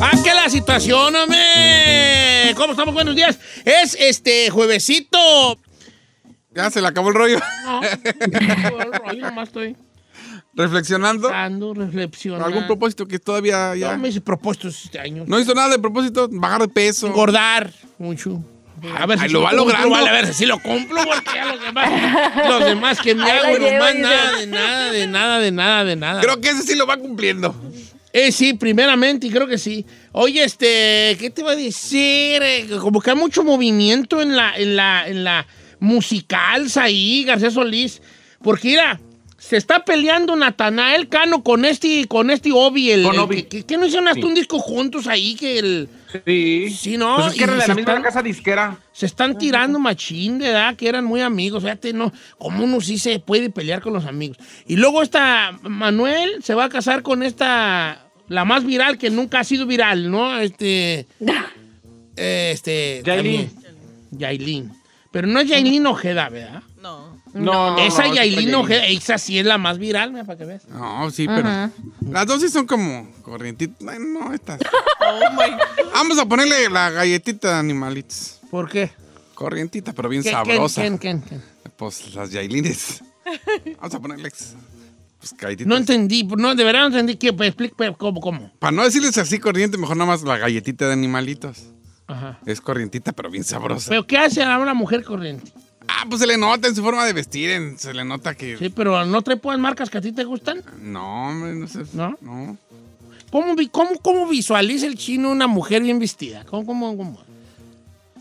¡Ah, qué la situación, hombre! ¿Cómo estamos? Buenos días. Es este juevesito. Ya se le acabó el rollo. No, ahí nomás estoy Reflexionando. dando, reflexionando. ¿Algún propósito que todavía ya. Ah, No me hice propósitos este año. No hizo nada de propósito, bajar de peso. Engordar mucho. A ver Ay, lo va cumplo, logrando. vale, a ver si sí lo cumplo, porque ya los demás, los demás que me Ahí la hago, los llevo, más dice. nada, de nada, de nada, de nada, de nada. Creo que ese sí lo va cumpliendo. Eh, sí, primeramente, y creo que sí. Oye, este, ¿qué te iba a decir? Eh, como que hay mucho movimiento en la, en la, en la musical, ahí, García Solís. Porque, mira, se está peleando Natanael Cano con este, con este Obi. El, Con el Obi. que- que, que no hicieron hasta Sí. un disco juntos ahí que el... Sí. Sí, no, Pues es y que eran de se la misma están- casa disquera. Se están tirando machín, de edad, que eran muy amigos. Fíjate, no, como uno sí se puede pelear con los amigos. Y luego esta Manuel se va a casar con esta, la más viral, que nunca ha sido viral, ¿no? Este. eh, Este. Yailin. también. Yailin. Pero no es Yailin Ojeda, ¿verdad? No, no. esa no, Yailin Yailin. Ojeda, esa sí es la más viral, mira, para que veas. No, sí, pero. Las dos sí son como corrientitas. Ay, no, estas. Oh Vamos a ponerle la galletita de animalitos. ¿Por qué? Corrientita, pero bien ¿Qué- sabrosa. quién- quién- quién- Pues las yailines. Vamos a ponerle. Pues galletitas. No entendí, no, de verdad no entendí. ¿Qué? Pues, explica, pues, ¿Cómo? ¿Cómo? Para no decirles así corriente, mejor nada más la galletita de animalitos. Ajá. Es corrientita, pero bien sabrosa. ¿Pero qué hace a una mujer corriente? Ah, pues se le nota en su forma de vestir, en- se le nota que... Sí, pero no trae puras marcas que a ti te gustan. No, hombre, no sé. ¿No? No. ¿Cómo, vi- cómo, cómo visualiza el chino una mujer bien vestida? ¿Cómo, cómo, cómo?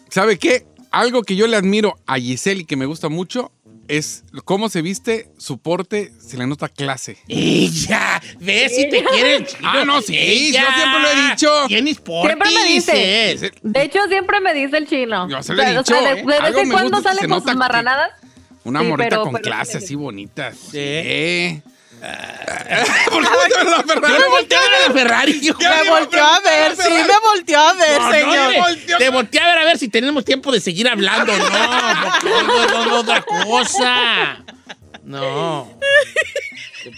¿Sabe qué? Algo que yo le admiro a Giselle y que me gusta mucho es cómo se viste, su porte, se le nota clase. Ella, ve si te quiere el chino. Ah, no, sí, yo siempre lo he dicho. Tienes por Siempre ti, me dice. dice él. De hecho, siempre me dice el chino. Yo se lo he dicho, de, ¿eh? de vez Algo en me cuando gusta, se sale con nota sus que- marranadas. Una Sí, morrita pero- con pero- clase, así bonita. Sí. Yo me volteé a ver a la Ferrari. yo. Me volteó a ver, sí, me volteó a ver, No, no, señor. dime, te volteé a ver a ver si tenemos tiempo de seguir hablando. No, porque no, no, no, otra cosa. No.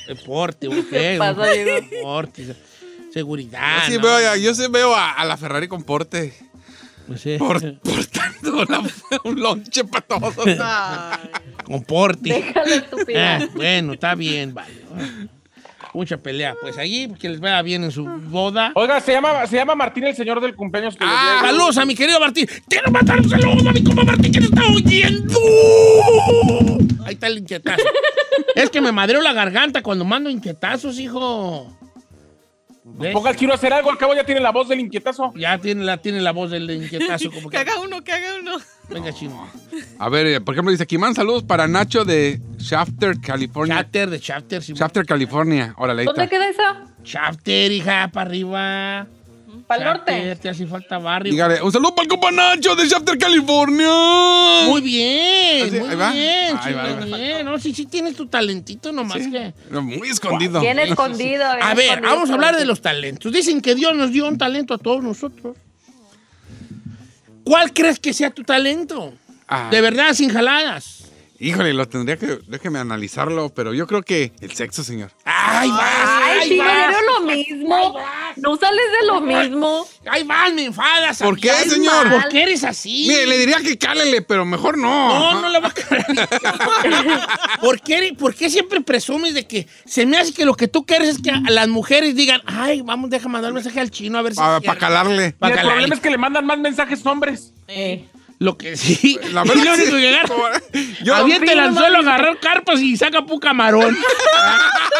Deporte, ok. pasa, Diego? Deporte. Yo Seguridad. Ah, sí, Ah, ¿no? veo, a- yo sí veo a, a la Ferrari con porte, Pues sí. por- portando una- un lonche para todos. Con Porti. Déjalo, Eh, estúpido. Ah, bueno, está bien, vale. Mucha pelea. Pues allí, que les vaya bien en su boda. Oiga, se llama, se llama Martín el señor del cumpleaños que le Ah, dio. Saludos a mi querido Martín. Quiero matar un saludo a mi compa Martín que nos está oyendo. Ahí está el inquietazo. es que me madreo la garganta cuando mando inquietazos, hijo. ¿Ves? Ponga, quiero hacer algo, al cabo ya tiene la voz del inquietazo. Ya tiene la, tiene la voz del inquietazo. Como Que que, haga uno, que haga uno. venga, chino. A ver, eh, por ejemplo, dice aquí, man, saludos para Nacho de Shafter, California. Chapter de chapter. sí. Shafter, California. Órale, ahí ¿Dónde está. queda eso? Chapter, hija, para arriba. ¿Para el norte? Chapter, Te hace falta barrio. Dígale, un saludo para el compa Nacho de Shafter, California. Muy bien, Ah, sí, muy ahí va. bien, Ahí chino, va, ahí va. bien. No, sí, sí tienes tu talentito nomás que... Muy escondido. Bien escondido. A ver, vamos a hablar de los talentos. Dicen que Dios nos dio un talento a todos nosotros. ¿Cuál crees que sea tu talento? Ah. De verdad, sin jaladas. Híjole, lo tendría que, déjeme analizarlo, pero yo creo que el sexo, señor. ¡Ay, vas! Ay, ¡Ay, sí, vas! pero lo mismo. No sales de lo mismo. ¡Ay, vas! ¡Me enfadas! ¿Por qué, amiga. señor? ¿Por qué eres así? Mire, le diría que cálele, pero mejor no. Ah, No, no le va a calar. ¿Por qué, por qué siempre presumes de que se me hace que lo que tú quieres es que a las mujeres digan, ay, vamos, deja mandar un mensaje al chino a ver si. Para es cierto"? calarle. Pa' Y el calar. problema es que le mandan más mensajes hombres. Lo que sí. La verdad, y lo sí. único que agarra- Yo- Avienta el anzuelo, agarrar carpas y saca pu camarón.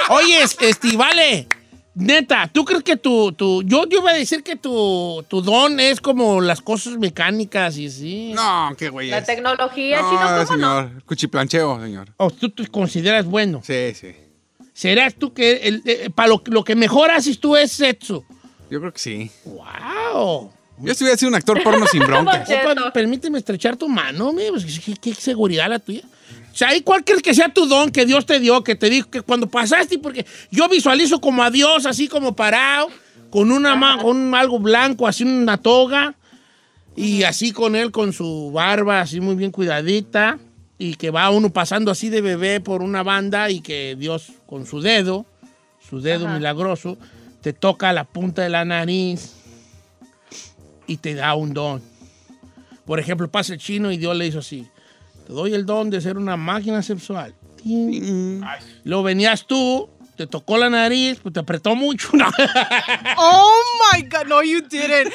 Oye, es- este, vale. Neta, ¿tú crees que tu, tu yo, yo iba a decir que tu, tu don es como las cosas mecánicas y así? No, qué güey. La es. tecnología, No, chino, ¿cómo no? señor. Cuchiplancheo, señor. ¿O tú te consideras bueno? Sí, sí. ¿Serás tú que el- eh, para lo, lo que mejor haces tú es sexo? Yo creo que sí. ¡Wow! Yo estuviera sido un actor porno sin broncas. Cheto. Compa, permíteme estrechar tu mano, mire, pues, qué, qué seguridad la tuya. O sea, ahí cualquier que sea tu don que Dios te dio, que te dijo que cuando pasaste, porque yo visualizo como a Dios así como parado, con una ma- con un- algo blanco, así una toga, y así con él, con su barba así muy bien cuidadita, y que va uno pasando así de bebé por una banda y que Dios con su dedo, su dedo Ajá. milagroso, te toca la punta de la nariz y te da un don. Por ejemplo, pasa el chino y Dios le hizo así. Te doy el don de ser una máquina sexual. Lo venías tú, te tocó la nariz, pues te apretó mucho. No. Oh my God. No, you didn't.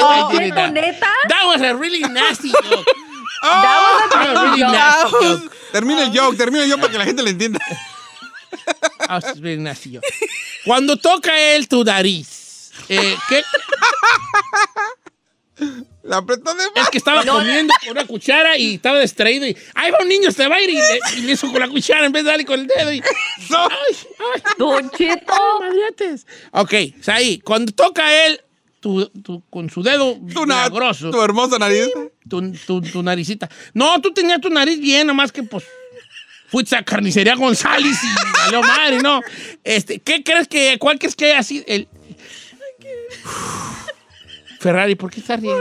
Oh. I didn't. ¿Neta, neta? That was a really nasty joke. That was a That was a really nasty joke. Termina el joke, termina el joke para que la gente lo entienda. Ah, sí, bien así yo. Cuando toca él tu nariz, eh, ¿qué? La apretó de es más. que estaba comiendo con una cuchara y estaba distraído y ahí va un niño, se va a ir y le, y le hizo con la cuchara en vez de darle con el dedo. Y, No. ay, ay, Don Cheto. madriates. Ok, o sea, ahí, cuando toca él tu- tu- con su dedo Tu, na- milagroso, tu hermosa nariz. tu, tu- tu naricita. No, tú tenías tu nariz bien, nomás que pues fuiste a carnicería González y valió madre, ¿no? Este, ¿qué crees que, cuál crees que haya sido el... Ferrari, ¿por qué estás riendo?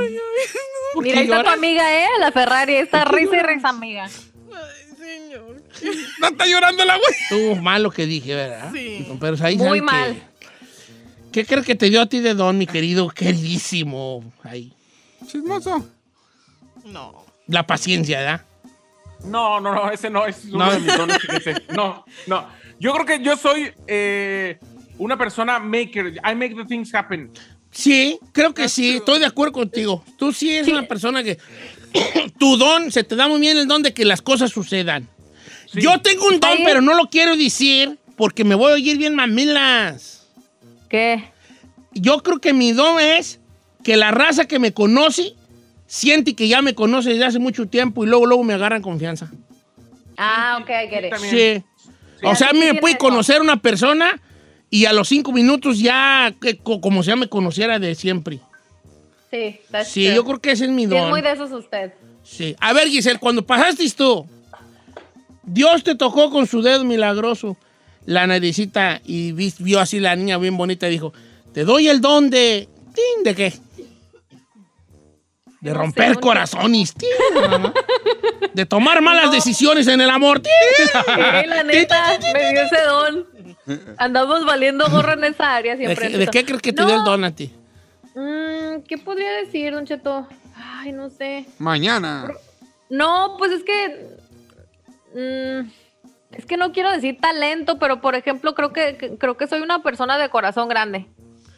¿Por Mira, qué ahí está tu lloras? amiga, ¿eh? La Ferrari. Está risa y risa, amiga. Ay, señor. No está llorando la güey. Estuvo mal lo que dije, ¿verdad? Sí. Pero ahí Muy saben que- mal. ¿Qué crees que te dio a ti de don, mi querido, queridísimo? Ahí. Chismoso. No. La paciencia, ¿verdad? No, no, no, ese no es uno No. de mis dones. fíjese. No, no. Yo creo que yo soy eh, una persona maker. I make the things happen. Sí, creo que sí, estoy de acuerdo contigo. Tú sí eres una persona que tu don, se te da muy bien el don de que las cosas sucedan. Sí. Yo tengo un don, Ahí- pero no lo quiero decir porque me voy a oír bien mamilas. ¿Qué? Yo creo que mi don es que la raza que me conoce siente que ya me conoce desde hace mucho tiempo y luego luego me agarran confianza. Ah, ok, I get it. También. Sí. O sea, a mí Sí, me sí, puede eso. conocer una persona y a los cinco minutos ya, que co- como si ya me conociera de siempre. Sí, that's Sí, true. yo creo que ese es mi Sí, don. es muy de esos usted. Sí. A ver, Giselle, cuando pasaste tú, Dios te tocó con su dedo milagroso la naricita y vi- vio así la niña bien bonita y dijo, te doy el don de... ¿tin? ¿De qué? De No sé, romper un- corazones. tin, mamá. De tomar malas decisiones en el amor. tin. Eh, la neta, me dio ese don. Andamos valiendo gorro en esa área ¿De, siempre. qué- de qué crees que te dio el No, don a ti? mm, ¿Qué podría decir, Don Cheto? Ay, no sé. Mañana. No, pues es que. mm, es que no quiero decir talento, pero por ejemplo, creo que, que- creo que soy una persona de corazón grande.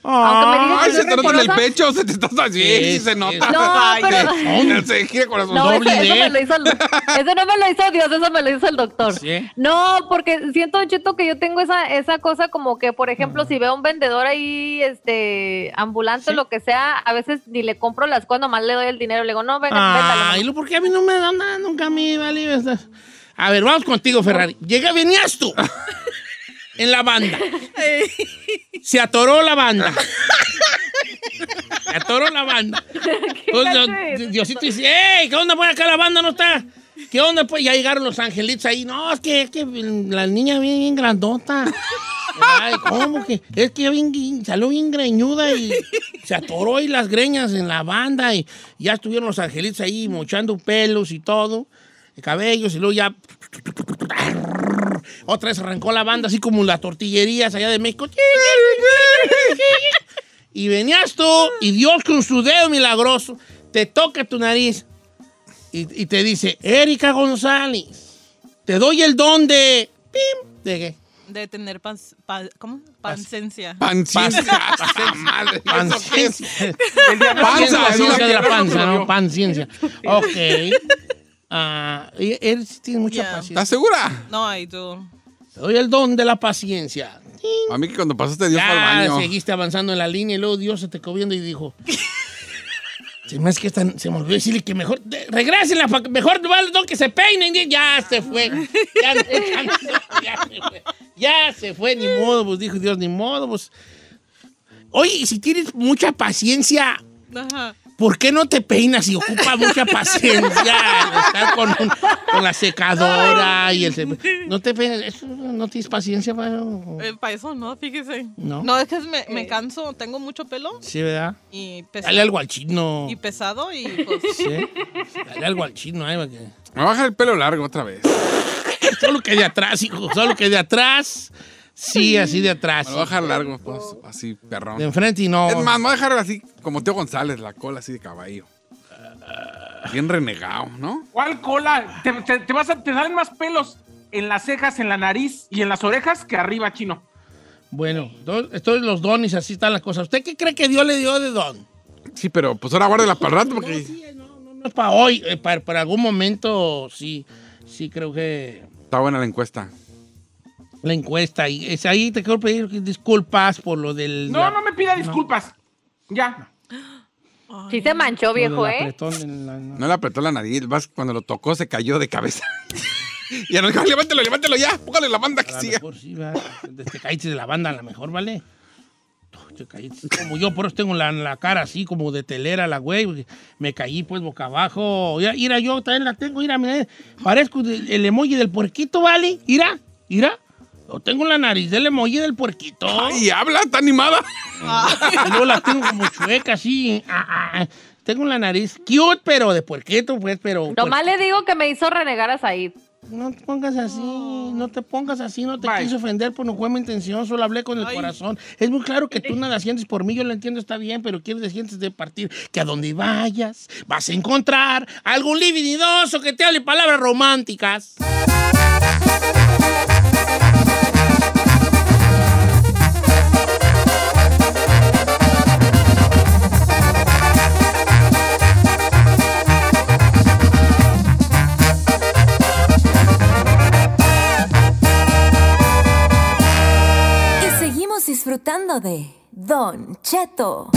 Aunque me digan Ah, Ay, que se soy te nota en el rencorosa. pecho, se te está así, Sí, se sí. nota. No, pero. Se gira con los No, eso, doble eso idea. me lo hizo el, eso no me lo hizo Dios, eso me lo hizo el doctor. Sí. No, porque siento, Don Cheto, que yo tengo esa, esa cosa como que, por ejemplo, si veo a un vendedor ahí, este, ambulante o lo que sea, a veces ni le compro las cosas, nomás le doy el dinero, le digo, no, venga, Ah, Ay, véndalo". lo porque a mí no me da nada, nunca a mí, vale. ¿verdad? A ver, vamos contigo, Ferrari. Llega, venías tú en la banda. Se atoró la banda. Se atoró la banda. Entonces, gacho es, Diosito dice, ¡Ey! ¿Qué onda? Pues acá la banda no está. ¿Qué onda? Pues ya llegaron los angelitos ahí. No, es que, es que la niña bien, bien grandota. Ay, ¿cómo que? Es que bien, bien- salió bien greñuda y se atoró ahí las greñas en la banda y ya estuvieron los angelitos ahí mochando pelos y todo, y cabellos y luego ya... Otra vez arrancó la banda así como las tortillerías allá de México. Y venías tú y Dios con su dedo milagroso te toca tu nariz y, y te dice, Erika González, te doy el don de... pim". ¿De qué? De tener pans- pa- ¿cómo? Pancencia. Panciencia. Madre, ¿eso qué es? Panciencia. El diablo- Panza, el sí, diablo Ciencia de la no se panza, lo ¿no? dio. Panciencia. Ok. Ah, y él sí tiene mucha Ya. paciencia. ¿Estás segura? No, I do. Te doy el don de la paciencia. A mí que cuando pasaste Dios fue al Ya baño. seguiste avanzando en la línea y luego Dios se te quedó viendo y dijo. Se me, es que esta- se me olvidó decirle que mejor. de- regrésenla, pa- mejor vale don que se peinen. y Ya se fue. Ya, no- ya no- ya se fue. Ya se fue, ni modo, pues dijo Dios, ni modo, pues. Oye, y si tienes mucha paciencia, Ajá. ¿Por qué no te peinas y ocupa mucha paciencia estar con, un- con la secadora y el... se- No te peinas, eso no tienes paciencia para... para eh, eso no, fíjese. ¿No? es que me, me canso, tengo mucho pelo Sí, ¿verdad? y pesado. Dale algo al chino. Y pesado y pues, Sí. Dale algo al chino. eh, Ahí, para que- Me baja el pelo largo otra vez. Solo que de atrás, hijo. Solo que de atrás. Sí, así de atrás. Me lo voy a dejar largo, pues, así, perrón. De enfrente y no. Es más, me voy a dejar así como Teo González, la cola así de caballo. Bien renegado, ¿no? ¿Cuál cola? Te, te- te vas a, te salen más pelos en las cejas, en la nariz y en las orejas que arriba, chino. Bueno, do- esto es los donis, así están las cosas. ¿Usted qué cree que Dios le dio de don? Sí, pero pues ahora guárdela para el rato porque... No es para hoy, eh, para, para algún momento sí, sí creo que Está buena la encuesta. la encuesta. Y es ahí te quiero pedir disculpas por lo del. No, la- no me pida disculpas. Ya. Sí se manchó, lo del viejo, ¿eh? apretón en la- no. No le apretó la nariz, vas, cuando lo tocó se cayó de cabeza. y a lo mejor, levántelo, levántelo ya, póngale la banda que A lo siga. mejor sí, va. Te caíste de la banda, a lo mejor, ¿vale? Te caíste. Como yo, por eso tengo la, la cara así, como de telera, la güey. porque Me caí, pues, boca abajo. Ya, Mira, yo también la tengo, mira, mira. Parezco de- el emoji del puerquito, ¿vale? Mira, mira. Yo tengo la nariz del emoji del puerquito. Y habla, está animada. Ah, Y luego la tengo como chueca, así. Ah, ah, ah. Tengo la nariz cute, pero de puerquito, pues, pero... pues, Nomás le digo que me hizo renegar a Said. no te pongas así, no te pongas así, no te Bye. quise ofender, pues no fue mi intención, solo hablé con el Ay. corazón. Es muy claro que tú nada sientes por mí, yo lo entiendo, está bien, pero quiero decirte de partir que a donde vayas vas a encontrar algún libidinoso que te hable palabras románticas. Y seguimos disfrutando de Don Cheto.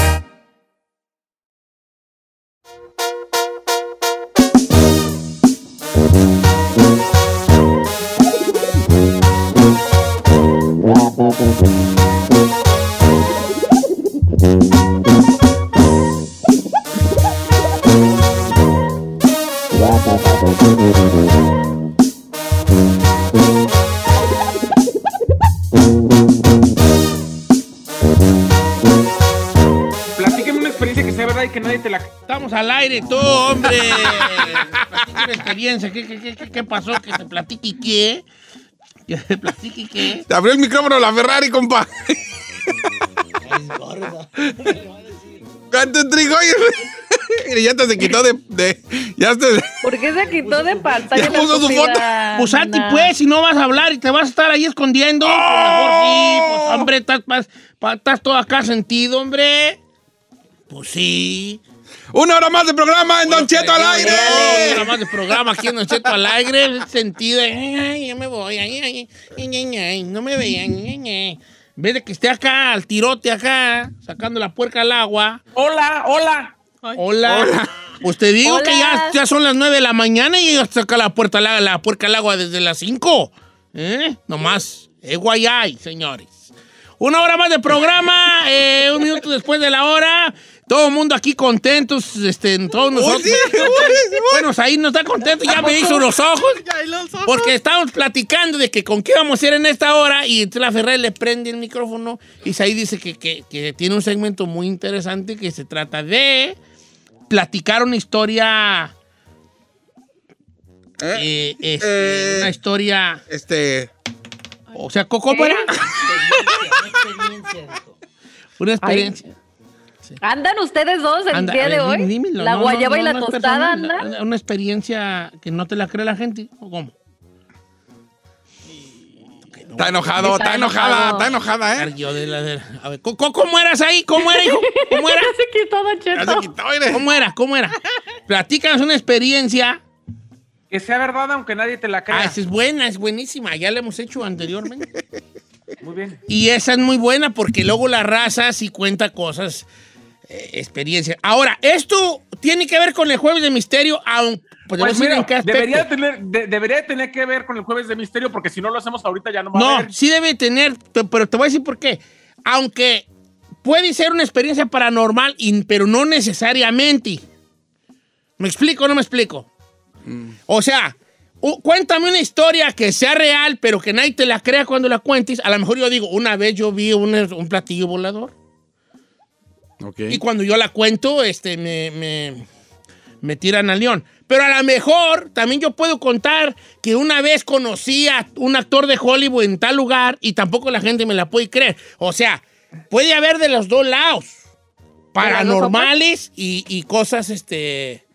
Platíqueme una experiencia que sea verdad y que nadie te la. Estamos al aire, tú, hombre. Platica una experiencia, ¿Qué, qué, qué, qué- qué pasó? Que te platique y qué. Que te platique y qué. Te abrió el micrófono la Ferrari, compa. ¿Cuánto trigo? Mira, ya hasta se quitó de... de- ya hasta... ¿Por qué se quitó de pantalla? Ya la puso su estúpida? foto. Pues a ti, Nah. pues, si no vas a hablar y te vas a estar ahí escondiendo. Por favor, sí, pues, hombre, estás, pas- pa- estás todo acá sentido, hombre. Pues sí. Una hora más de programa en Don Cheto al aire. Nada más de programa aquí en Don Cheto al aire. el sentido. de, Ay, ay, ya me voy. Ay, ay, ay, ay, ay, no me vean. ay, ay, ay. En vez de que esté acá, al tirote acá, sacando la puerca al agua. Hola, hola. ay, Hola. Pues te digo Hola. que ya, ya son las 9 de la mañana y hasta acá la puerta la, la puerca al agua desde las 5. ¿Eh? Nomás. Es guayay, señores. Una hora más de programa, eh, un minuto después de la hora. Todo el mundo aquí contentos, este, todos nosotros. sí, uy, bueno, ahí no está contento, ya me hizo los ojos. ya, y los ojos. Porque estábamos platicando de que con qué vamos a ir en esta hora y entonces la Ferrer le prende el micrófono y ahí dice que, que- que tiene un segmento muy interesante que se trata de platicar una historia, eh, este, eh. una historia, Este... o sea, co- ¿cómo era? Una experiencia. ¿Andan ustedes dos el Anda, día a de ver, hoy? dime- dímelo. la No, no, guayaba no, y la no es tostada personal, andan. Una experiencia que no te la cree la gente, ¿o cómo? Está enojado, está, Está enojada, enojado. está enojada, Claro, ¿eh? yo de la- de la- a ver, ¿cómo, cómo eras ahí? ¿Cómo era, hijo? ¿Cómo era? Ya se quitó Don Ya Cheto. se quitó, mire. ¿Cómo era? ¿Cómo era? Platícanos una experiencia. Que sea verdad aunque nadie te la crea. Ah, esa es buena, es buenísima. Ya la hemos hecho anteriormente. Muy bien. Y esa es muy buena porque luego la raza sí cuenta cosas, eh, experiencias. Ahora, esto tiene que ver con el jueves de misterio, aunque... Pues, te voy a Pues decir mira, en qué aspecto. debería, de tener, de- debería de tener que ver con el jueves de misterio, porque si no lo hacemos ahorita ya no va a No, haber. sí debe tener, pe- pero te voy a decir por qué. Aunque Puede ser una experiencia paranormal, in- pero no necesariamente. ¿Me explico o no me explico? Mm. O sea, u- cuéntame una historia que sea real, pero que nadie te la crea cuando la cuentes. A lo mejor yo digo, una vez yo vi un, un platillo volador. Ok. Y cuando yo la cuento, este, me, me, me tiran al león. Pero a lo mejor también yo puedo contar que una vez conocí a un actor de Hollywood en tal lugar y tampoco la gente me la puede creer. O sea, puede haber de los dos lados. Paranormales y, y cosas, este,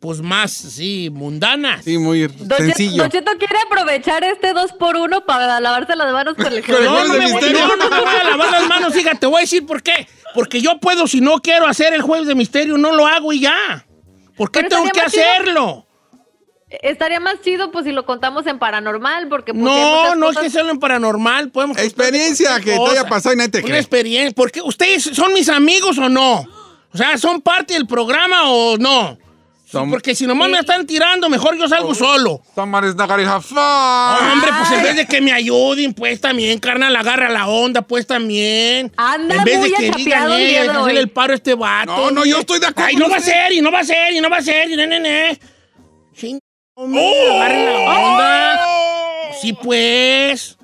pues más, sí, mundanas. Sí, muy Don Cheto- sencillo. Don Cheto quiere aprovechar este dos por uno para lavarse las manos por el Con el No, juego no de me voy, misterio. no, no me voy a lavar las manos, hija, te voy a decir por qué. Porque yo puedo, si no quiero hacer el jueves de misterio, no lo hago y ya. ¿Por qué Pero tengo que estaría más chido. hacerlo? Estaría más chido pues si lo contamos en paranormal, porque pues, hay No, muchas no es cosas- que sea lo en paranormal, podemos... contar Experiencia cualquier que te haya cosa. pasado y nadie te Una cree. experiencia, porque ustedes son mis amigos o no? O sea, ¿son parte del programa o no? Som- Porque si nomás me están tirando, mejor yo Oh. salgo solo. Somebody's not gonna have fun. Hombre, pues en vez de que me ayuden, pues también, carnal, agarra la onda, pues también. Anda en vez de muy que digan, achapeado el eh, día de hay que hoy". hacerle el paro a este vato. No, no, hombre. yo estoy de acuerdo Ay, con no va a usted. ser, y no va a ser, y no va a ser, y ne, ne, ne. Ching, hombre, ¡Oh! agarren la onda. Sí, pues.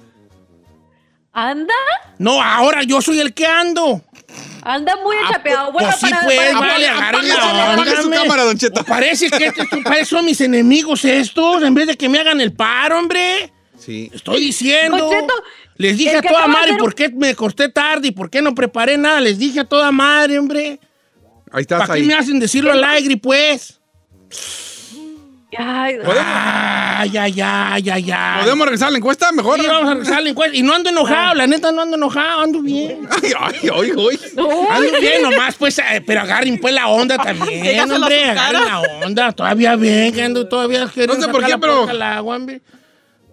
Anda, No, ahora yo soy el que ando. anda muy achapeado. Bueno, pues sí, para- pues, para- vale, Apague- agarren la apague su- onda. apague su hombre. cámara, Don Cheto. Parece que este- parece son mis enemigos estos, en vez de que me hagan el paro, hombre. Sí. Estoy diciendo. Don Cheto, les dije el a que toda acaba de madre hacer un- por qué me corté tarde y por qué no preparé nada. Les dije a toda madre, hombre. Ahí estás ¿Para qué ahí. me hacen decirlo al aire, pues? Ay, Ay, ay, ay, ay, ay. ¿Podemos regresar a la encuesta? Mejor. Sí, vamos a regresar a la encuesta. Y no ando Ah. enojado, la neta no ando enojado, ando bien. Ay, ay, ay, ay. no. Ando bien nomás, pues, eh, pero agarren pues la onda también, Dígaselo a hombre. su cara. Agarren la onda. Todavía ven, que ando todavía queriendo No sé por sacar qué, la pero- puerta al agua, hombre.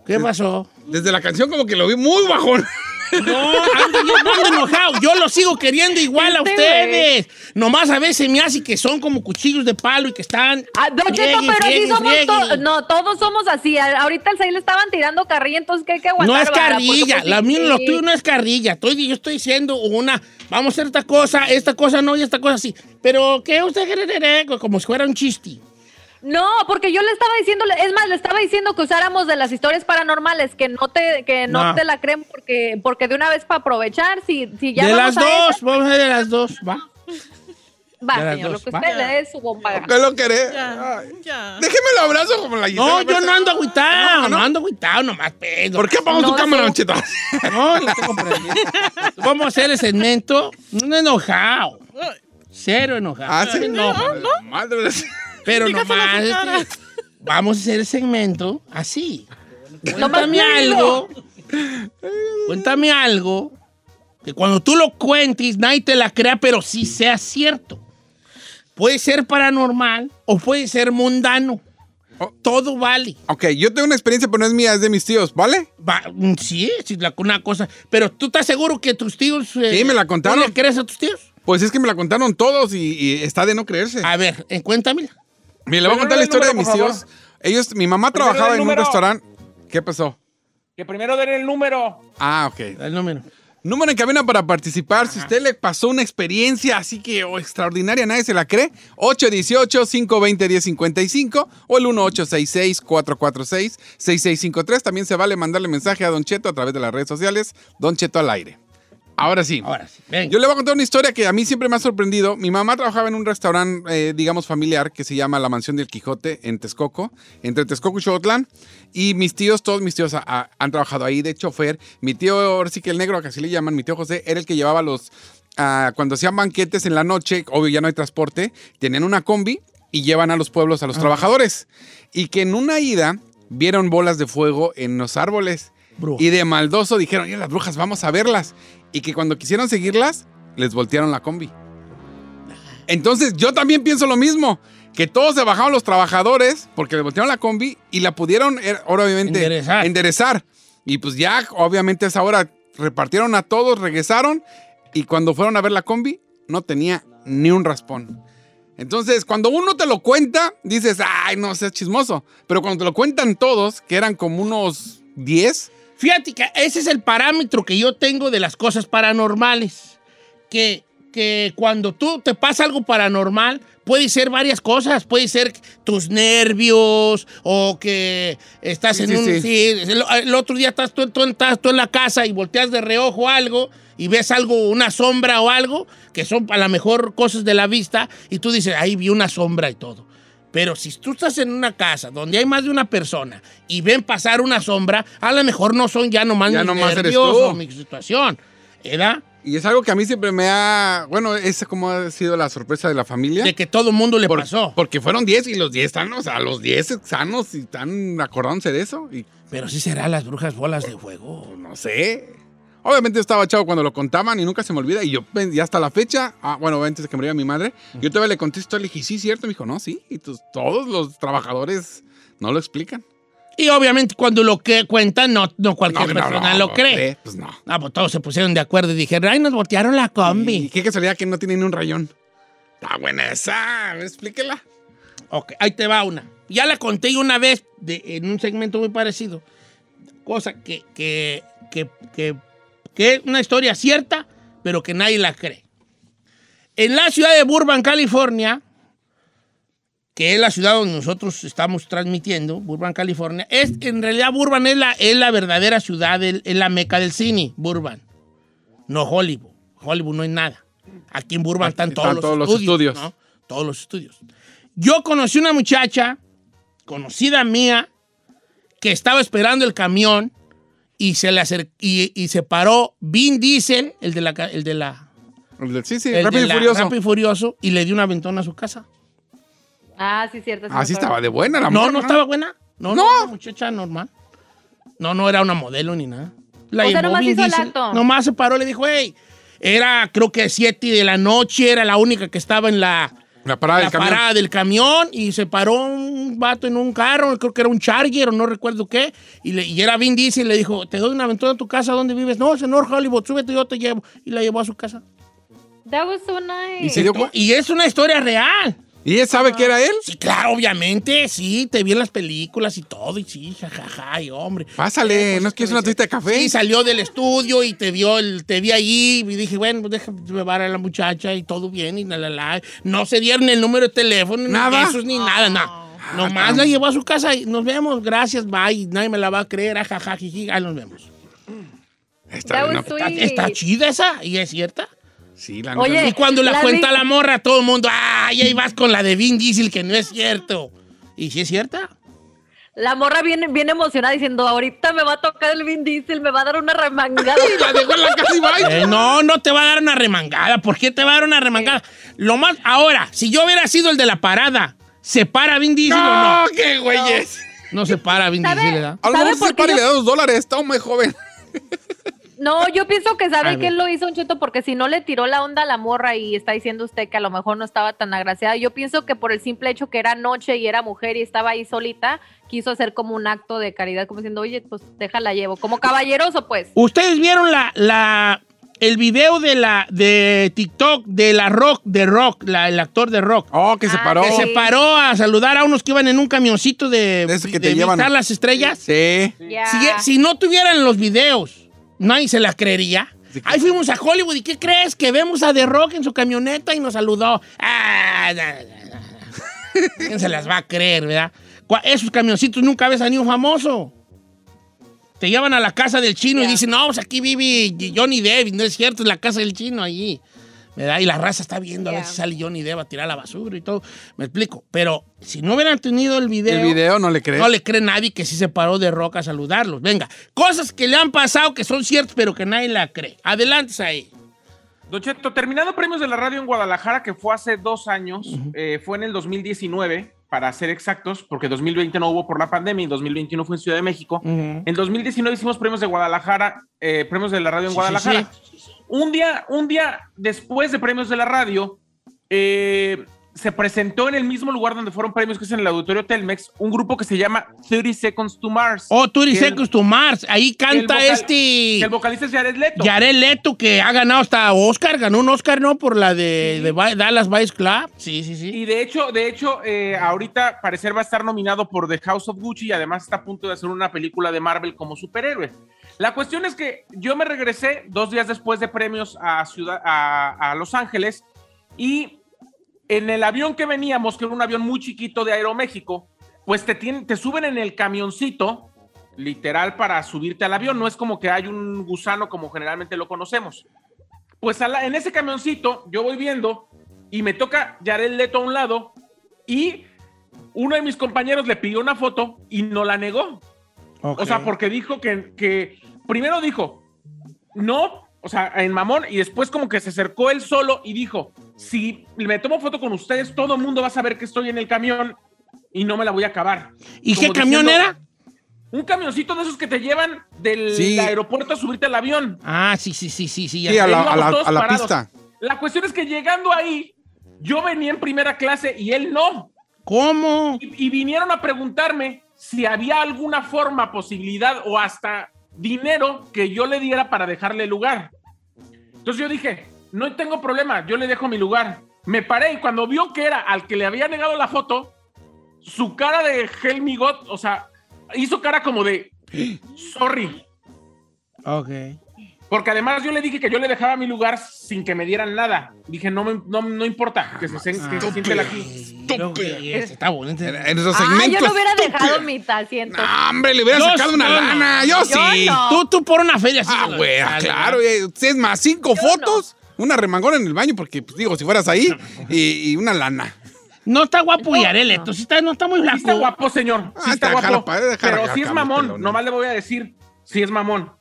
¿Qué pasó? Desde la canción como que lo vi muy bajón. No, ando, yo no ando enojado. Yo lo sigo queriendo igual a Este ustedes. Nomás a veces me hace que son como cuchillos de palo y que están. Ah, don friegue, Cheto, pero friegue, así somos friegue. todos. No, todos somos así. A- Ahorita al Saí le estaban tirando carrilla, entonces que hay que aguantar. No es vara, porque, carrilla, pues, la sí, mía, sí. lo tuyo no es carrilla. Estoy, yo estoy diciendo una, vamos a hacer esta cosa, esta cosa no y esta cosa sí. Pero que usted cree? como si fuera un chiste. No, porque yo le estaba diciendo, es más, le estaba diciendo que usáramos de las historias paranormales, que no te, que no, No. te la creen porque, porque de una vez para aprovechar, si, si ya de las vamos dos, a esas, vamos a ver de las dos, va. va, de las señor, dos, lo que va. usted le dé su bomba. ¿Qué lo querés? Ya, Ay. ya. Déjeme el abrazo como la Gisela No, yo no Versa. ando agüitado, no, ando agüitado, nomás pedo. ¿Por qué apagó No, tu cámara, sí. Don Cheto? No, no te comprendí. Vamos a hacer el segmento, no enojado, Ay, cero enojado. Ah, sí. no, Madre. pero Dígaselo a nomás su cara. este, vamos a hacer el segmento así. Nomás Cuéntame dígalo. algo. Cuéntame algo que cuando tú lo cuentes nadie te la crea, pero sí sea cierto. Puede ser paranormal o puede ser mundano. Oh. Todo vale. Ok, yo tengo una experiencia, pero no es mía, es de mis tíos, ¿vale? Va- mm, sí, sí, la- una cosa. Pero tú estás seguro que tus tíos. eh, Sí, me la contaron. ¿No le crees a tus tíos? Pues es que me la contaron todos y, y está de no creerse. A ver, eh, cuéntamela. Mira, le voy a contar Primero la Ah, el historia de número, mis por tíos. Ellos, mi mamá Primero trabajaba el en un número. restaurante. ¿Qué pasó? Que primero den el número. Ah, ok. El número. Número en cabina para participar. Si usted le pasó una experiencia así que oh, extraordinaria, nadie se la cree. 818-520-1055 o el 1866-446-6653. También se vale mandarle mensaje a Don Cheto a través de las redes sociales. Don Cheto al aire. Ahora sí. Ahora sí. Venga. Yo le voy a contar una historia que a mí siempre me ha sorprendido. Mi mamá trabajaba en un restaurante, eh, digamos, familiar que se llama La Mansión del Quijote en Texcoco, entre Texcoco y Xotlán. Y mis tíos, todos mis tíos a- a- han trabajado ahí de chofer. Mi tío, ahora sí que el negro, que así le llaman, mi tío José, era el que llevaba los... ah, cuando hacían banquetes en la noche, obvio ya no hay transporte, tenían una combi y llevan a los pueblos a los trabajadores. Y que en una ida vieron bolas de fuego en los árboles. Brujo. Y de maldoso dijeron, "Mira, las brujas, vamos a verlas. Y que cuando quisieron seguirlas, les voltearon la combi. Entonces yo también pienso lo mismo, que todos se bajaron los trabajadores porque les voltearon la combi y la pudieron, eh, ahora obviamente, Enderezar. enderezar. Y pues ya, obviamente a esa hora repartieron a todos, regresaron y cuando fueron a ver la combi no tenía ni un raspón. Entonces, cuando uno te lo cuenta, dices, ay, no seas chismoso. Pero cuando te lo cuentan todos, que eran como unos 10, Fíjate que ese es el parámetro que yo tengo de las cosas paranormales. Que que cuando tú te pasa algo paranormal, puede ser varias cosas. Puede ser tus nervios o que estás Sí, en sí, un... sí. sí, el, el otro día estás tú, tú- estás tú en la casa y volteas de reojo algo y ves algo, una sombra o algo, que son a lo mejor cosas de la vista, y tú dices, ahí vi una sombra y todo. Pero si tú estás en una casa donde hay más de una persona y ven pasar una sombra, a lo mejor no son ya nomás Ya mis nomás eres nervios tú. o mi situación. ¿Era? Y es algo que a mí siempre me ha. Bueno, es como ha sido la sorpresa de la familia. De que todo el mundo le Por- pasó. Porque fueron 10 y los 10 están, o sea, los 10 sanos y están acordándose de eso. Y pues, Pero sí serán las brujas bolas de fuego. no sé. Obviamente yo estaba chavo cuando lo contaban y nunca se me olvida. Y yo, pen- y hasta la fecha, ah, bueno, antes de que muriera mi madre, yo todavía le contesto, le dije, sí, cierto. Me dijo, no, sí. Y tus- todos los trabajadores no lo explican. Y obviamente cuando lo que cuentan, no, no cualquier No, no, persona no, lo no, cree. Pues no. Ah, pues todos se pusieron de acuerdo y dijeron, ay, nos voltearon la combi. Y qué casualidad que no tienen ni un rayón. Está buena esa, explíquela. Ok, ahí te va una. Ya la conté yo una vez de- en un segmento muy parecido. Cosa que, que, que, que- que es una historia cierta, pero que nadie la cree. En la ciudad de Burbank, California, que es la ciudad donde nosotros estamos transmitiendo, Burbank, California, es, en realidad Burbank es la, es la verdadera ciudad, del- es la meca del cine, Burbank. No Hollywood. Hollywood no es nada. Aquí en Burbank están Aquí todos, están los, todos los estudios. estudios. ¿no? Todos los estudios. Yo conocí una muchacha, conocida mía, que estaba esperando el camión y se le acer- y, y se paró Vin Diesel, el de la, ca- el de la, El de- Sí, sí, el rápido de y la furioso. Rápido y Furioso, y le dio una ventona a su casa. Ah, sí, cierto. sí me Así acuerdo. estaba de buena la No, morra, no estaba buena. No, no, No. una muchacha normal. No, no era una modelo ni nada. La O sea, llevó nomás Vin hizo el Diesel, acto. Nomás se paró, le dijo, hey, era creo que 7 de la noche, era la única que estaba en la, La parada la del Ah, camión. parada del camión y se paró un vato en un carro, creo que era un Charger o no recuerdo qué, y, le, y era Vin Diesel y le dijo, te doy una aventura a tu casa, ¿dónde vives? No, es en North Hollywood, súbete, yo te llevo. Y la llevó a su casa. That was so nice. ¿Y se dio cu- Y es una historia real. ¿Y ella sabe que era él? Ah. Sí, claro, obviamente, sí, te vi en las películas y todo, y sí, jajaja, y hombre. Pásale, Eh, ¿no es que es una tuita de café? Sí, salió del estudio y te vio, el, te vi ahí y dije, bueno, pues déjame llevar a la muchacha y todo bien y la, la, la. No se dieron el número de teléfono, Nada. ni pesos, ni nada, nada. Nomás la llevó a su casa y nos vemos, gracias, bye. Nadie me la va a creer, ah, ajaja, jiji, ahí nos vemos. Está That bien, was ¿no? Está, sweet. está chida esa y es cierta. Sí, la Oye, neta, Y cuando la, La cuenta vi- la morra, todo el mundo, ay, ahí vas con la de Vin Diesel, que no es cierto. ¿Y si es cierta? La morra viene bien emocionada diciendo, ahorita me va a tocar el Vin Diesel, me va a dar una remangada. sí. La dejó en la casa y va. Eh, no, no te va a dar una remangada. ¿Por qué te va a dar una remangada? Lo más, ahora, si yo hubiera sido el de la parada, ¿se para Vin Diesel o no? No, qué güeyes. No se para Vin ¿Sabe? Diesel, ¿verdad? A lo ¿Sabe mejor por se qué para y yo- le da dos dólares. Está muy joven. No, yo pienso que A sabe ver. que él lo hizo un cheto porque si no le tiró la onda a la morra y está diciendo usted que a lo mejor no estaba tan agraciada, yo pienso que por el simple hecho que era noche y era mujer y estaba ahí solita, quiso hacer como un acto de caridad, como diciendo, oye, pues déjala llevo, como caballeroso pues. Ustedes vieron la, la, el video de la de TikTok de la Rock, de Rock, la- el actor de Rock. Oh, que se Ah, paró. Que se sí. paró a saludar a unos que iban en un camioncito de, De esos que de te llevan. imitar las estrellas. Sí. Ya. Si, si no tuvieran los videos, nadie se las creería. Sí, claro. Ahí fuimos a Hollywood y ¿qué crees? Que vemos a The Rock en su camioneta y nos saludó. Ah, na, na, na, na. ¿Quién se las va a creer, verdad? Cua- Esos camioncitos nunca ves a ni un famoso. Te llevan a la casa del chino y Ya. dicen, no, pues aquí vive Johnny Depp. No es cierto, es la casa del chino allí. ¿Verdad? Y la raza está viendo a ver Ya. si sale Johnny Depp a tirar la basura y todo. Me explico. Pero si no hubieran tenido El video no le crees. no le cree nadie que sí se paró de roca a saludarlos. Venga, cosas que le han pasado que son ciertas, pero que nadie la cree. Adelante, ahí. Don Cheto, terminando Premios de la Radio en Guadalajara, que fue hace dos años, eh, fue en el 2019, para ser exactos, porque 2020 no hubo por la pandemia y 2021 fue en Ciudad de México. En 2019 hicimos Premios de Guadalajara, eh, Premios de la Radio en Sí, Guadalajara. sí, Un, día, un día después de Premios de la Radio, eh, se presentó en el mismo lugar donde fueron premios, que es en el auditorio Telmex, un grupo que se llama 30 Seconds to Mars. Oh, tú Que dices el- que es tu Mars. Ahí que el canta vocal- que El este. vocalista es Jared Leto. Yarel Leto, que ha ganado hasta Oscar. Ganó un Oscar, ¿no? Por la de, de Ba- Dallas Vice Club. Sí, sí, sí. Y de hecho, de hecho, eh, ahorita parecer va a estar nominado por The House of Gucci y además está a punto de hacer una película de Marvel como superhéroe. La cuestión es que yo me regresé dos días después de premios a, ciudad, a, a Los Ángeles y en el avión que veníamos, que era un avión muy chiquito de Aeroméxico, pues te, tienen- te suben en el camioncito, literal, para subirte al avión. No es como que hay un gusano como generalmente lo conocemos. Pues a la- en ese camioncito yo voy viendo y me toca Jared Leto a un lado y uno de mis compañeros le pidió una foto y no la negó. O sea, porque dijo que, que primero dijo, no, o sea, en mamón, y después como que se acercó él solo y dijo, si me tomo foto con ustedes, todo el mundo va a saber que estoy en el camión y no me la voy a acabar. ¿Y Como qué camión diciendo, era? Un camioncito de esos que te llevan del Sí. aeropuerto a subirte al avión. Ah, sí, sí, sí, sí, sí. ya Sí, a sé. la, íbamos a la- todos a la parados. pista. La cuestión es que llegando ahí, yo venía en primera clase y él no. ¿Cómo? y, y vinieron a preguntarme si había alguna forma, posibilidad o hasta dinero que yo le diera para dejarle lugar. Entonces yo dije, no tengo problema, yo le dejo mi lugar. Me paré y cuando vio que era al que le había negado la foto, su cara de Helmigot, o sea, hizo cara como de, sorry. Ok. Porque además yo le dije que yo le dejaba mi lugar sin que me dieran nada. Dije, no, me- no, no importa, que se, sen- que se siente la Luego que llegues, Está bonito. En, en nuestro Ah, segmento. yo no hubiera estúpido. dejado mi asiento. No, hombre, le hubiera Yo sacado una no. lana. Yo, Yo sí. no. Tú, tú por una feria. sí Ah, te lo- güey, Dale, claro. dale. eh, Es más, cinco Yo fotos, una remangona en el baño, porque, pues, digo, si fueras ahí, y, y una lana. No está guapo No, Yarel no. Leto. Sí está, no está muy Sí blanco. está guapo, señor. Sí Ah, está déjala guapo. pa- déjala pero acá, sí es cabrón, mamón. pelón. Nomás le voy a decir, sí es mamón.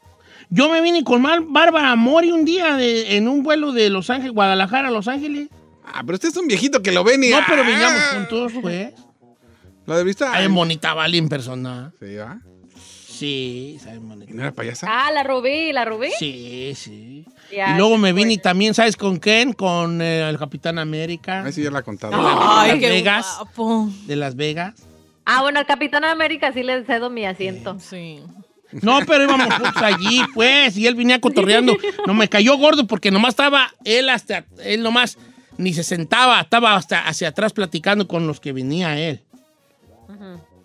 Yo me vine con Mar- Bárbara Mori un día de- en un vuelo de Los Ángeles, Guadalajara a Los Ángeles. Ah, pero usted es un viejito que lo ven y. No, pero ah, vivíamos juntos, güey. ¿Lo de vista? Ay, bonita vale en persona. Sí, ¿va? Sí, sabe ¿Y bonita. no era payasa? Ah, la robé, la robé. Sí, sí. Ya, y luego me sí, vine y pues. también, ¿sabes con quién? Con eh, el Capitán América. Ahí sí ya la he contado. Ay, Las qué Vegas. guapo. De Las Vegas. Ah, bueno, al Capitán América sí le cedo mi asiento. Sí. No, pero íbamos juntos allí, pues, y él venía cotorreando. No, me cayó gordo porque nomás estaba él hasta, él nomás ni se sentaba, estaba hasta hacia atrás platicando con los que venía él.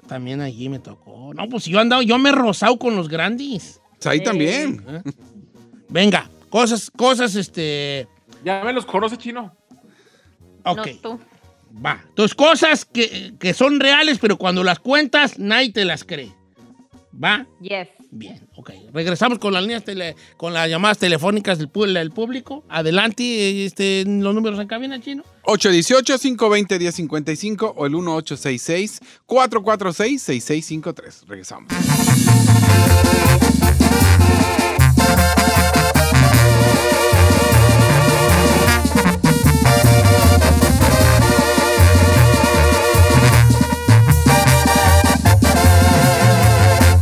También allí me tocó. No, pues yo andaba, yo me he rozado con los grandes. Pues Ahí también. Venga, cosas, cosas, este, Ya me los conoce, chino. ok, No tú. va. Entonces, cosas que, que son reales, pero cuando las cuentas, nadie te las cree. ¿Va? Yes. Bien, ok. Regresamos con las líneas tele- con las llamadas telefónicas del, pu- del público. Adelante, este, los números en cabina, chino. 818-520-1055 o el 1866-446-6653. Regresamos. Ah.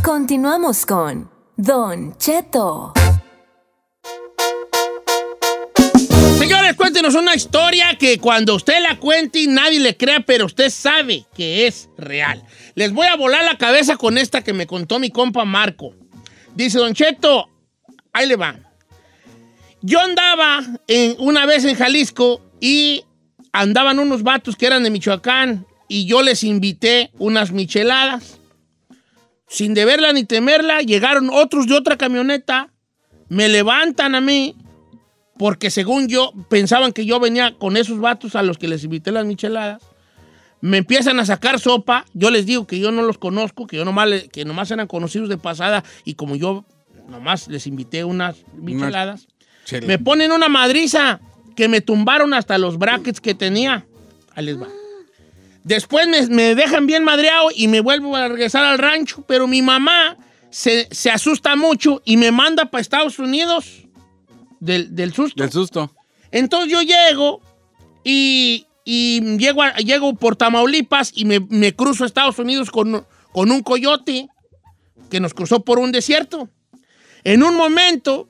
Continuamos con Don Cheto. Señores, cuéntenos una historia que cuando usted la cuente y nadie le crea, pero usted sabe que es real. Les voy a volar la cabeza con esta que me contó mi compa Marco. Dice Don Cheto, ahí le va. Yo andaba en- una vez en Jalisco y andaban unos vatos que eran de Michoacán y yo les invité unas micheladas. Sin deberla ni temerla, llegaron otros de otra camioneta, me levantan a mí porque según yo pensaban que yo venía con esos vatos a los que les invité las micheladas. Me empiezan a sacar sopa, yo les digo que yo no los conozco, que yo nomás, le- que nomás eran conocidos de pasada y como yo nomás les invité unas micheladas, Chele. me ponen una madriza que me tumbaron hasta los brackets que tenía. Ahí les va. Después me, me dejan bien madreado y me vuelvo a regresar al rancho, pero mi mamá se, se asusta mucho y me manda para Estados Unidos del, del susto. Del susto. Entonces yo llego y, y llego, a- llego por Tamaulipas y me, me cruzo a Estados Unidos con, con un coyote que nos cruzó por un desierto. En un momento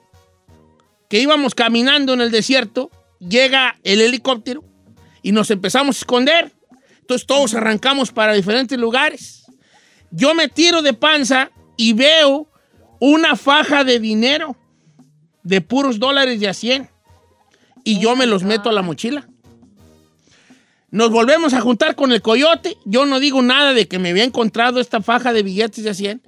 que íbamos caminando en el desierto, llega el helicóptero y nos empezamos a esconder. Entonces todos arrancamos para diferentes lugares. Yo me tiro de panza y veo una faja de dinero de puros dólares de a 100 y yo me los meto a la mochila. Nos volvemos a juntar con el coyote. Yo no digo nada de que me había encontrado esta faja de billetes de 100.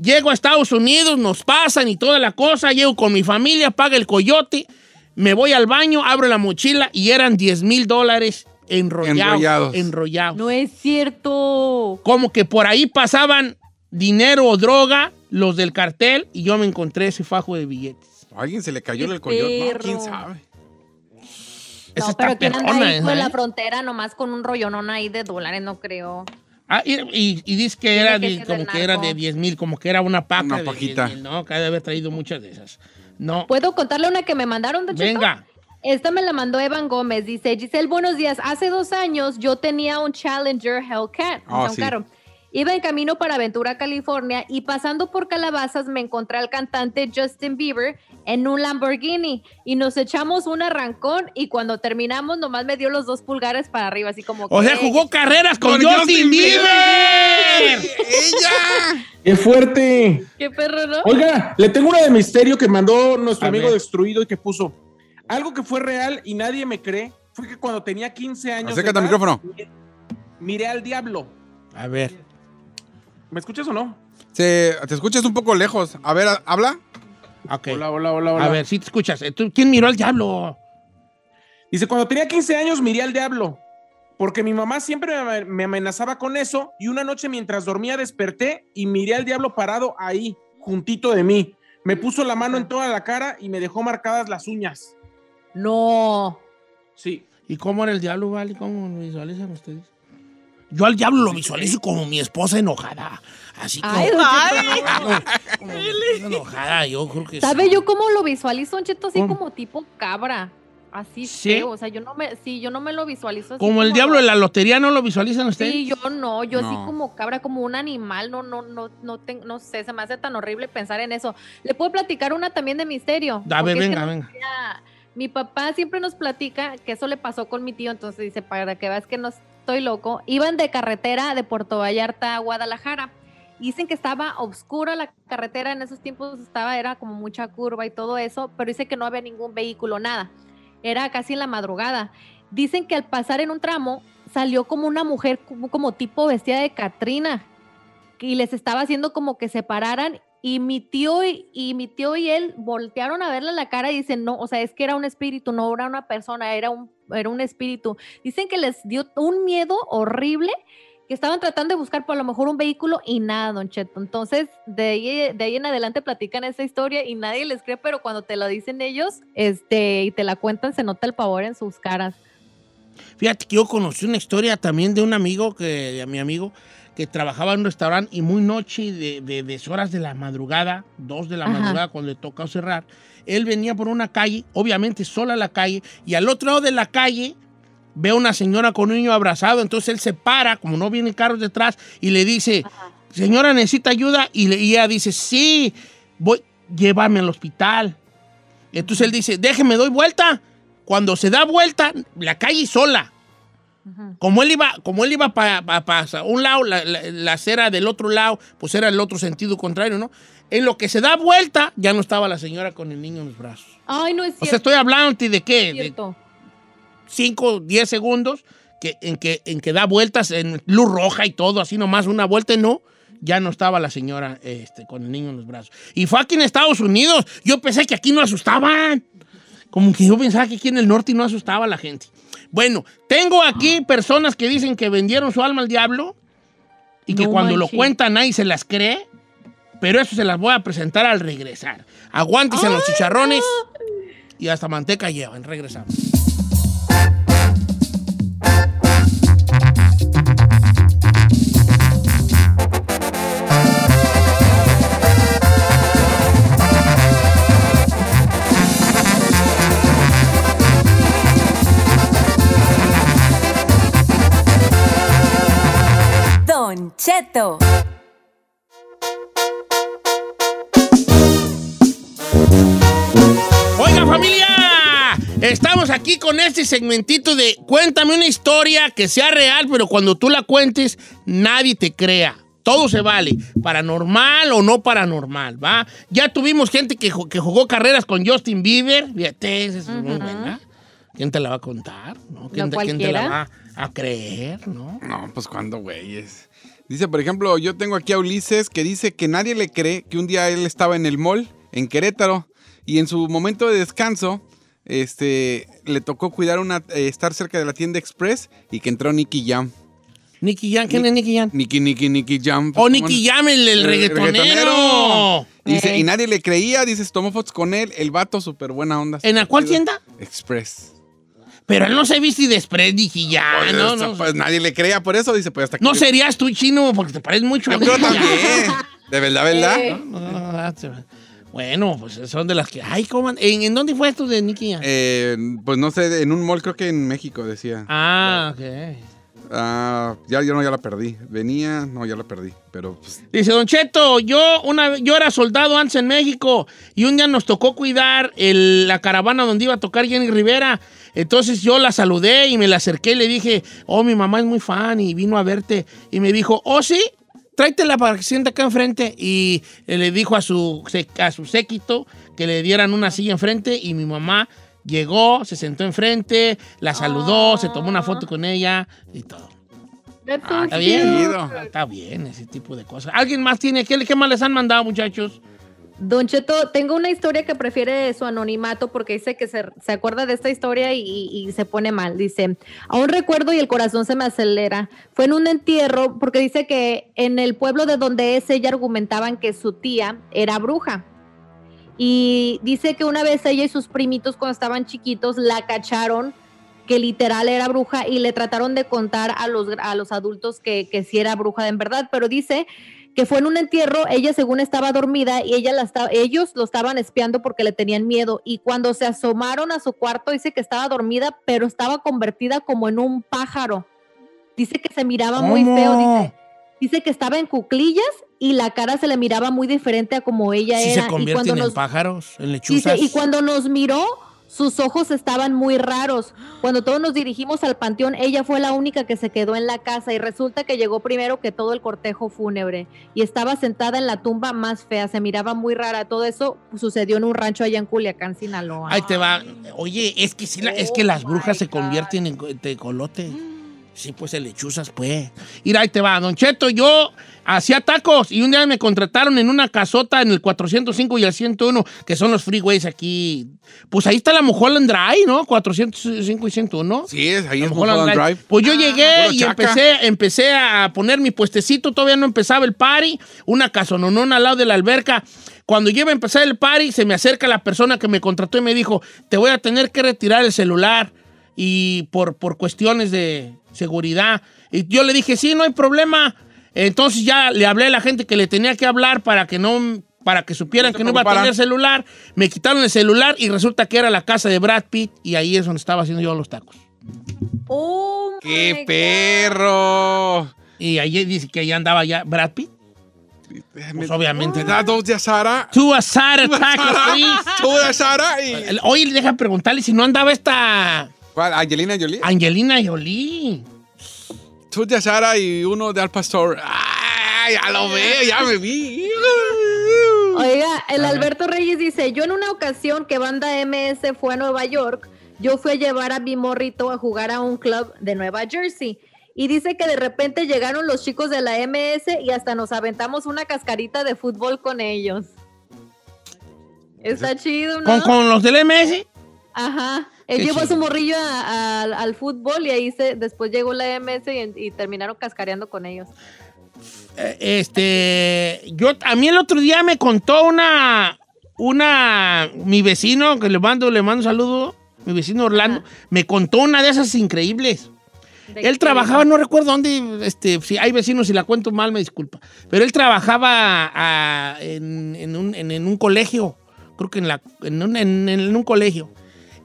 Llego a Estados Unidos, nos pasan y toda la cosa. Llego con mi familia, paga el coyote. Me voy al baño, abro la mochila y eran 10 mil dólares enrollados. Enrollados. Enrollados. No es cierto. Como que por ahí pasaban dinero o droga los del cartel y yo me encontré ese fajo de billetes. A alguien se le cayó Qué el coyote. No, perro. quién sabe. Esa no, pero está ¿quién anda perrona ahí esa, por ¿eh? la frontera nomás con un rollonón ahí de dólares? No creo. Ah, y, y- y dice que era que de- ser como del que era de narco. 10 mil, como que era una paca Una de paquita. 10,000, no, que ha de haber traído muchas de esas. No, ¿Puedo contarle una que me mandaron, Don Pues, Cheto? venga. Esta me la mandó Evan Gómez. Dice, Giselle, buenos días. Hace dos años yo tenía un Challenger Hellcat. Ah, o sea, un sí. carro. Iba en camino para Ventura, California, y pasando por Calabazas me encontré al cantante Justin Bieber en un Lamborghini y nos echamos un arrancón y cuando terminamos nomás me dio los dos pulgares para arriba, así como O que- sea, jugó carreras con, Con Justin Justin Bieber. ¡Ella! ¡Qué fuerte! Qué perro, ¿no? Oiga, le tengo una de misterio que mandó nuestro A amigo ver. destruido y que puso. Algo que fue real y nadie me cree fue que cuando tenía 15 años. de Acércate al edad, micrófono. mi- Miré al diablo. A ver. ¿Me escuchas o no? Se- te escuchas un poco lejos. A ver, ha- habla. Ok. Hola, hola, hola, hola. A ver, si te escuchas. Eh, ¿Tú, ¿Quién miró al diablo? Dice, cuando tenía 15 años miré al diablo, porque mi mamá siempre me- me amenazaba con eso y una noche mientras dormía desperté y miré al diablo parado ahí, juntito de mí. Me puso la mano en toda la cara y me dejó marcadas las uñas. No. Sí. ¿Y cómo era el diablo, Vale? ¿Cómo lo visualizan ustedes? Yo al diablo lo visualizo como mi esposa enojada. Así que. Ay, don Cheto, no. como mi esposa enojada, yo creo que ¿Sabe yo cómo lo visualizo, Don Cheto? Así ¿Cómo? como tipo cabra. Así ¿Sí? feo. O sea, yo no me, sí, yo no me lo visualizo así. Como el diablo de la lotería, ¿no lo visualizan ustedes? Sí, yo no, yo así No. como cabra, como un animal, no, no, no, no, te- no sé, se me hace tan horrible pensar en eso. Le puedo platicar una también de misterio. A ver, Porque es que venga, no- venga. ya, mi papá siempre nos platica que eso le pasó con mi tío, entonces dice, para que veas que no estoy loco, iban de carretera de Puerto Vallarta a Guadalajara. Dicen que estaba oscura la carretera, en esos tiempos estaba, era como mucha curva y todo eso, pero dice que no había ningún vehículo, nada. Era casi en la madrugada. Dicen que al pasar en un tramo salió como una mujer, como, como tipo vestida de Catrina, y les estaba haciendo como que se pararan y mi tío y, y mi tío y él voltearon a verle la cara y dicen no o sea es que era un espíritu no era una persona era un era un espíritu dicen que les dio un miedo horrible que estaban tratando de buscar por lo mejor un vehículo y nada don cheto entonces de ahí, de ahí en adelante platican esa historia y nadie les cree pero cuando te lo dicen ellos este y te la cuentan se nota el pavor en sus caras Fíjate que yo conocí una historia también de un amigo, que, de mi amigo, que trabajaba en un restaurante y muy noche, de, de, de horas de la madrugada, dos de la Ajá. madrugada cuando le tocaba cerrar, él venía por una calle, obviamente sola a la calle, y al otro lado de la calle ve a una señora con un niño abrazado, entonces él se para, como no vienen carros detrás, y le dice, señora, ¿necesita ayuda? Y, le- y ella dice, sí, voy, llévame al hospital. Entonces él dice, déjeme, doy vuelta. Cuando se da vuelta, la calle sola. Ujú. Como él iba, como él iba para un lado, la, la- la acera del otro lado, pues era el otro sentido contrario, ¿no? En lo que se da vuelta, ya no estaba la señora con el niño en los brazos. ay no es O sea, cierto, estoy hablando de qué? es De cierto. 5, 10 segundos que, en, que, en que da vueltas en luz roja y todo, así nomás una vuelta y no. Ya no estaba la señora este, con el niño en los brazos. Y fue aquí en Estados Unidos. Yo pensé que aquí no asustaban. Como que yo pensaba que aquí en el norte no asustaba a la gente. Bueno, tengo aquí personas que dicen que vendieron su alma al diablo y que No cuando lo manches. cuentan nadie se las cree. Pero eso se las voy a presentar al regresar. Aguántese ¡Ah! los chicharrones y hasta manteca llevan. Regresamos. Don Cheto. Oiga familia, Estamos aquí con este segmentito de cuéntame una historia que sea real, pero cuando tú la cuentes, nadie te crea. Todo se vale, paranormal o no paranormal, ¿va? Ya tuvimos gente que, ju- que jugó carreras con Justin Bieber, fíjate, esa es muy buena. ¿Quién te la va a contar? no? ¿Quién, te, quién te la va cualquiera. a creer? ¿no? No, pues cuando, güeyes. Dice, por ejemplo, yo tengo aquí a Ulises que dice que nadie le cree que un día él estaba en el mall en Querétaro y en su momento de descanso este, le tocó cuidar una, eh, estar cerca de la tienda Express y que entró Nicky Jam. Nicky Jam, ¿quién Ni- es Nicky Jam? Nicky, Nicky, Nicky Jam. O ¿Cómo Oh, Nicky no? Jam, el, el El reggaetonero. reggaetonero. Dice, Ey. y nadie le creía, dice, se tomó fotos con él, el vato súper buena onda. ¿En la cual Chido. tienda? Express. Pero él no se viste y desprez, Nicky Jam. Pues, Ah, No, esta- no, pues nadie le creía por eso, dice, pues hasta no que- serías tú chino porque te pareces mucho. a Yo creo Nicky Jam. también. De verdad, ¿verdad? Eh. No, no, no, no, no. Bueno, pues son de las que. Ay, ¿cómo? an- ¿En, en dónde fue esto de Nicky Jam? Eh, pues no sé, en un mall creo que en México decía. ah, ok. Ah, ya yo no, ya la perdí. Venía, no, ya la perdí. Pero pues, Dice, Don Cheto, yo, una, yo era soldado antes en México y un día nos tocó cuidar el- la caravana donde iba a tocar Jenny Rivera. Entonces yo la saludé y me la acerqué y le dije, oh, mi mamá es muy fan y vino a verte. Y me dijo, oh, sí, tráetela para que sienta acá enfrente. Y eh, le dijo a su, sé- a su séquito que le dieran una silla enfrente y mi mamá llegó, se sentó enfrente, la saludó, se tomó una foto con ella y todo. Ve tú, Ah, Está Qué bien. chido. Está bien ese tipo de cosas. ¿Alguien más tiene? ¿Qué, qué más les han mandado, muchachos? Don Cheto, tengo una historia que prefiere su anonimato porque dice que se, se acuerda de esta historia y, y- y se pone mal. Dice, aún recuerdo y el corazón se me acelera. Fue en un entierro porque dice que en el pueblo de donde es ella argumentaban que su tía era bruja. Y dice que una vez ella y sus primitos cuando estaban chiquitos la cacharon que literal era bruja y le trataron de contar a los, a los adultos que, que sí era bruja en verdad, pero dice que fue en un entierro, ella según estaba dormida y ella la esta- ellos lo estaban espiando porque le tenían miedo y cuando se asomaron a su cuarto dice que estaba dormida pero estaba convertida como en un pájaro. Dice que se miraba muy feo, dice, dice que estaba en cuclillas y la cara se le miraba muy diferente a como ella Si era. se y cuando convierten en nos- pájaros, en Dice, lechuzas. y cuando nos miró, sus ojos estaban muy raros. Cuando todos nos dirigimos al panteón, ella fue la única que se quedó en la casa y resulta que llegó primero que todo el cortejo fúnebre y estaba sentada en la tumba más fea, se miraba muy rara. Todo eso sucedió en un rancho allá en Culiacán, Sinaloa. Ahí te va. Oye, es que, sí la- es que Oh las brujas my se God. convierten en co- tecolote. Mm. Sí, pues en lechuzas, pues. Mira, ahí te va. Don Cheto, yo hacía tacos y un día me contrataron en una casota en el 405 y el 101, que son los freeways aquí. Pues ahí está la Mulholland Drive, ¿no? 405 y 101. sí, es, ahí A es lo mejor la Mulholland trae. Drive. Pues yo llegué Ah, Puro y chaca. empecé, empecé a poner mi puestecito, todavía no empezaba el party, una casononona al lado de la alberca. Cuando yo iba a empezar el party, se me acerca la persona que me contrató y me dijo, te voy a tener que retirar el celular y por, por cuestiones de seguridad. Y yo le dije, sí, no hay problema. Entonces ya le hablé a la gente que le tenía que hablar para que no para que supieran No se que no iba a preocuparan. tener celular. Me quitaron el celular y resulta que era la casa de Brad Pitt y ahí es donde estaba haciendo yo los tacos. Oh my ¡Qué God. perro! Y ayer dice que ya andaba ya Brad Pitt. pues, Me- obviamente. Me da Ah, dos de Sara. Tú a Sara Tacos, please. Dos de Sara y. El- Hoy deja preguntarle si no andaba esta ¿Cuál? Angelina Ah, Jolie. Angelina Jolie. Dos de Sara y uno de Al Pastor. ¡Ay, ya lo veo! ¡Ya me vi! Oiga, el Alberto Reyes dice, yo en una ocasión que banda MS fue a Nueva York, yo fui a llevar a mi morrito a jugar a un club de Nueva Jersey. Y dice que de repente llegaron los chicos de la MS y hasta nos aventamos una cascarita de fútbol con ellos. Está chido, ¿no? Con, con los del MS. Ajá. Él Qué llevó a su chido. morrillo a- a- al fútbol y ahí se, después llegó la MS y, y terminaron cascareando con ellos. eh, Este. Yo, a mí el otro día me contó una. Una. Mi vecino, que le mando, le mando un saludo. Mi vecino Orlando. Ajá. Me contó una de esas increíbles. De- Él trabajaba, no recuerdo dónde, este, si hay vecinos, si la cuento mal, me disculpa. Pero él trabajaba ah, en, en un, en- en un colegio, creo que en, la, en, un, en- en un colegio.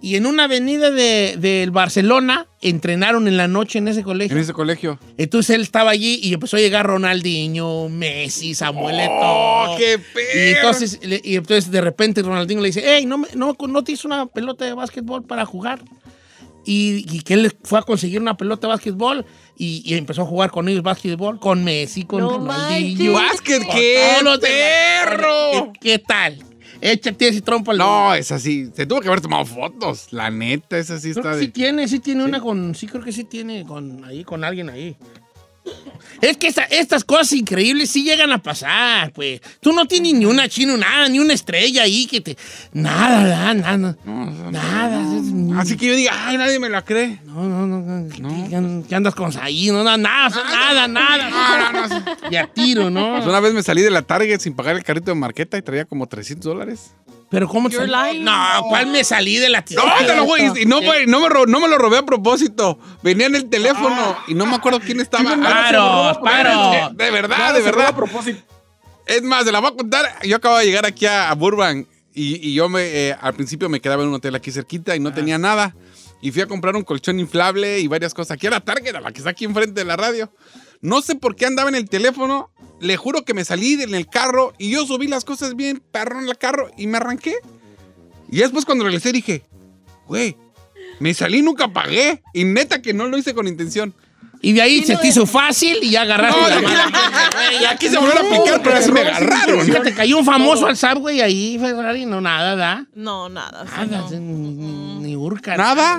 Y en una avenida de, del Barcelona entrenaron en la noche en ese colegio. En ese colegio. Entonces él estaba allí y empezó a llegar Ronaldinho, Messi, Samuel Eto'o. ¡Oh, qué Y perro! entonces, le- y entonces de repente Ronaldinho le dice, hey, no, me- no, no te hizo una pelota de básquetbol para jugar. Y, y que él fue a conseguir una pelota de básquetbol y, y empezó a jugar con ellos básquetbol, con Messi, con No Ronaldinho. manches. ¡Básquet, Con qué todos los demás. perro! ¿Qué, qué tal? Échate ese trompo al No, es así. Se tuvo que haber tomado fotos. La neta, esa sí Creo está que sí de. tiene, sí tiene una con. Sí, creo que sí tiene con ahí, con alguien ahí. Es que esta- estas cosas increíbles sí llegan a pasar, pues. Tú no tienes ni una chino, nada, ni una estrella ahí que te. Nada, nada, nada. No, o sea, Nada. es- Así que yo diga, ay, nadie me la cree. No, no, no. no, ¿qué- ¿Qué andas con ahí? No, nada, nada, nada, nada. Ah, No, no, no. Y a tiro, Pues ¿no? una vez me salí de la Target sin pagar el carrito de marqueta y traía como 300 dólares. Pero ¿cómo te You're salí? lying. No, ¿cuál me salí de la No, tienda? te lo juro. Y, y no, fue- no me ro- no me lo robé a propósito. Venía en el teléfono y no me acuerdo quién estaba. Ah, Paros, paros. De verdad, Claro, Ah, de se robó verdad. A propósito. Es más, se la voy a contar. Yo acabo de llegar aquí a, a Burbank y, y yo me, eh, al principio me quedaba en un hotel aquí cerquita y no tenía nada. Y fui a comprar un colchón inflable y varias cosas. Aquí era Target, a la que está aquí enfrente de la radio. No sé por qué andaba en el teléfono. Le juro que me salí en el carro y yo subí las cosas bien, perro en el carro y me arranqué. Y después cuando regresé dije, güey, me salí y nunca pagué. Y neta que no lo hice con intención. Y de ahí se te hiso fácil y ya agarraste No, la de mala aquí- gente, güey, ya Aquí se volvieron a aplicar, pero así me agarraron. Fíjate, cayó un famoso al subway ahí, Ferrari, no nada, ¿da? No, nada. sí, Nada, no. ni- ni, Mm, ni Urca. ¿Nada?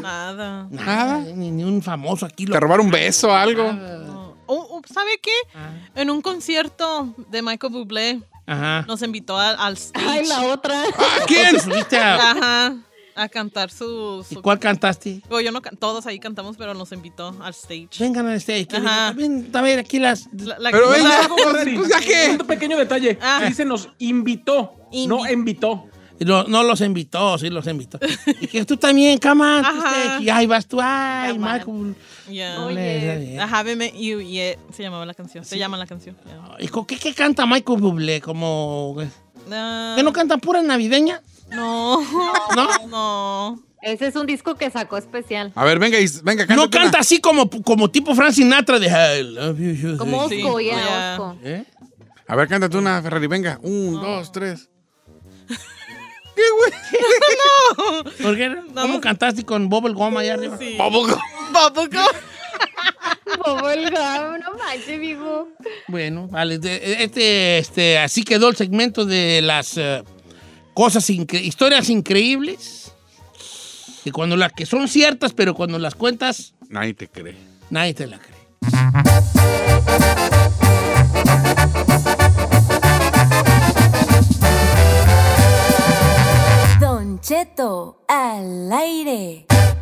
Nada, Nada. Nada. ni, ni un famoso aquí. Te robaron un beso o algo. Nada. no. Oh, oh, ¿Sabe qué? Ah, En un concierto de Michael Bublé Ajá. nos invitó al, al stage. Ay, la otra. ¿A quién? ¿Te subiste a- Ajá, a cantar su... ¿Y su- cuál cantaste? Digo, yo no can- todos ahí cantamos, pero nos invitó al stage. Vengan a este. que- Ajá. Ven, a ver, aquí las... La- la- Pero la- venga, Sí. pues ya qué. Un pequeño detalle. Ah. Dice nos invitó, no Invi- invitó. No, no los invitó, sí los invitó. Y que tú también, cama. tú Ajá. estés aquí. Ay, vas tú, ay, Ya, Michael. Yeah. No Oye. le- está bien. I haven't met you yet. Se llamaba la canción. Se llama la canción. yeah. ¿Y con ¿Qué, ¿Qué canta Michael Bublé? Como... Ah, ¿Que no canta pura navideña? No. ¿No? No. Ese es un disco que sacó especial. A ver, venga, Is- venga, No cántate una. canta así como, como tipo Frank Sinatra de I love you, you Como do. Sí. Osco, ya, Ya. Osco. ¿Eh? A ver, cántate una, Ferrari, venga. Un, dos, tres. ¿Qué, güey? ¿Por qué? no? ¿Cómo no. cantaste con Bob el Goma allá arriba? Sí. Bobo. Bubblegum. Bubblegum, no manches, viejo. Bueno, vale. de- Este, este, así quedó el segmento de las eh, cosas, incre- historias increíbles. Que cuando las que son ciertas, pero cuando las cuentas, Nadie te cree. nadie te la cree. Don Cheto al aire.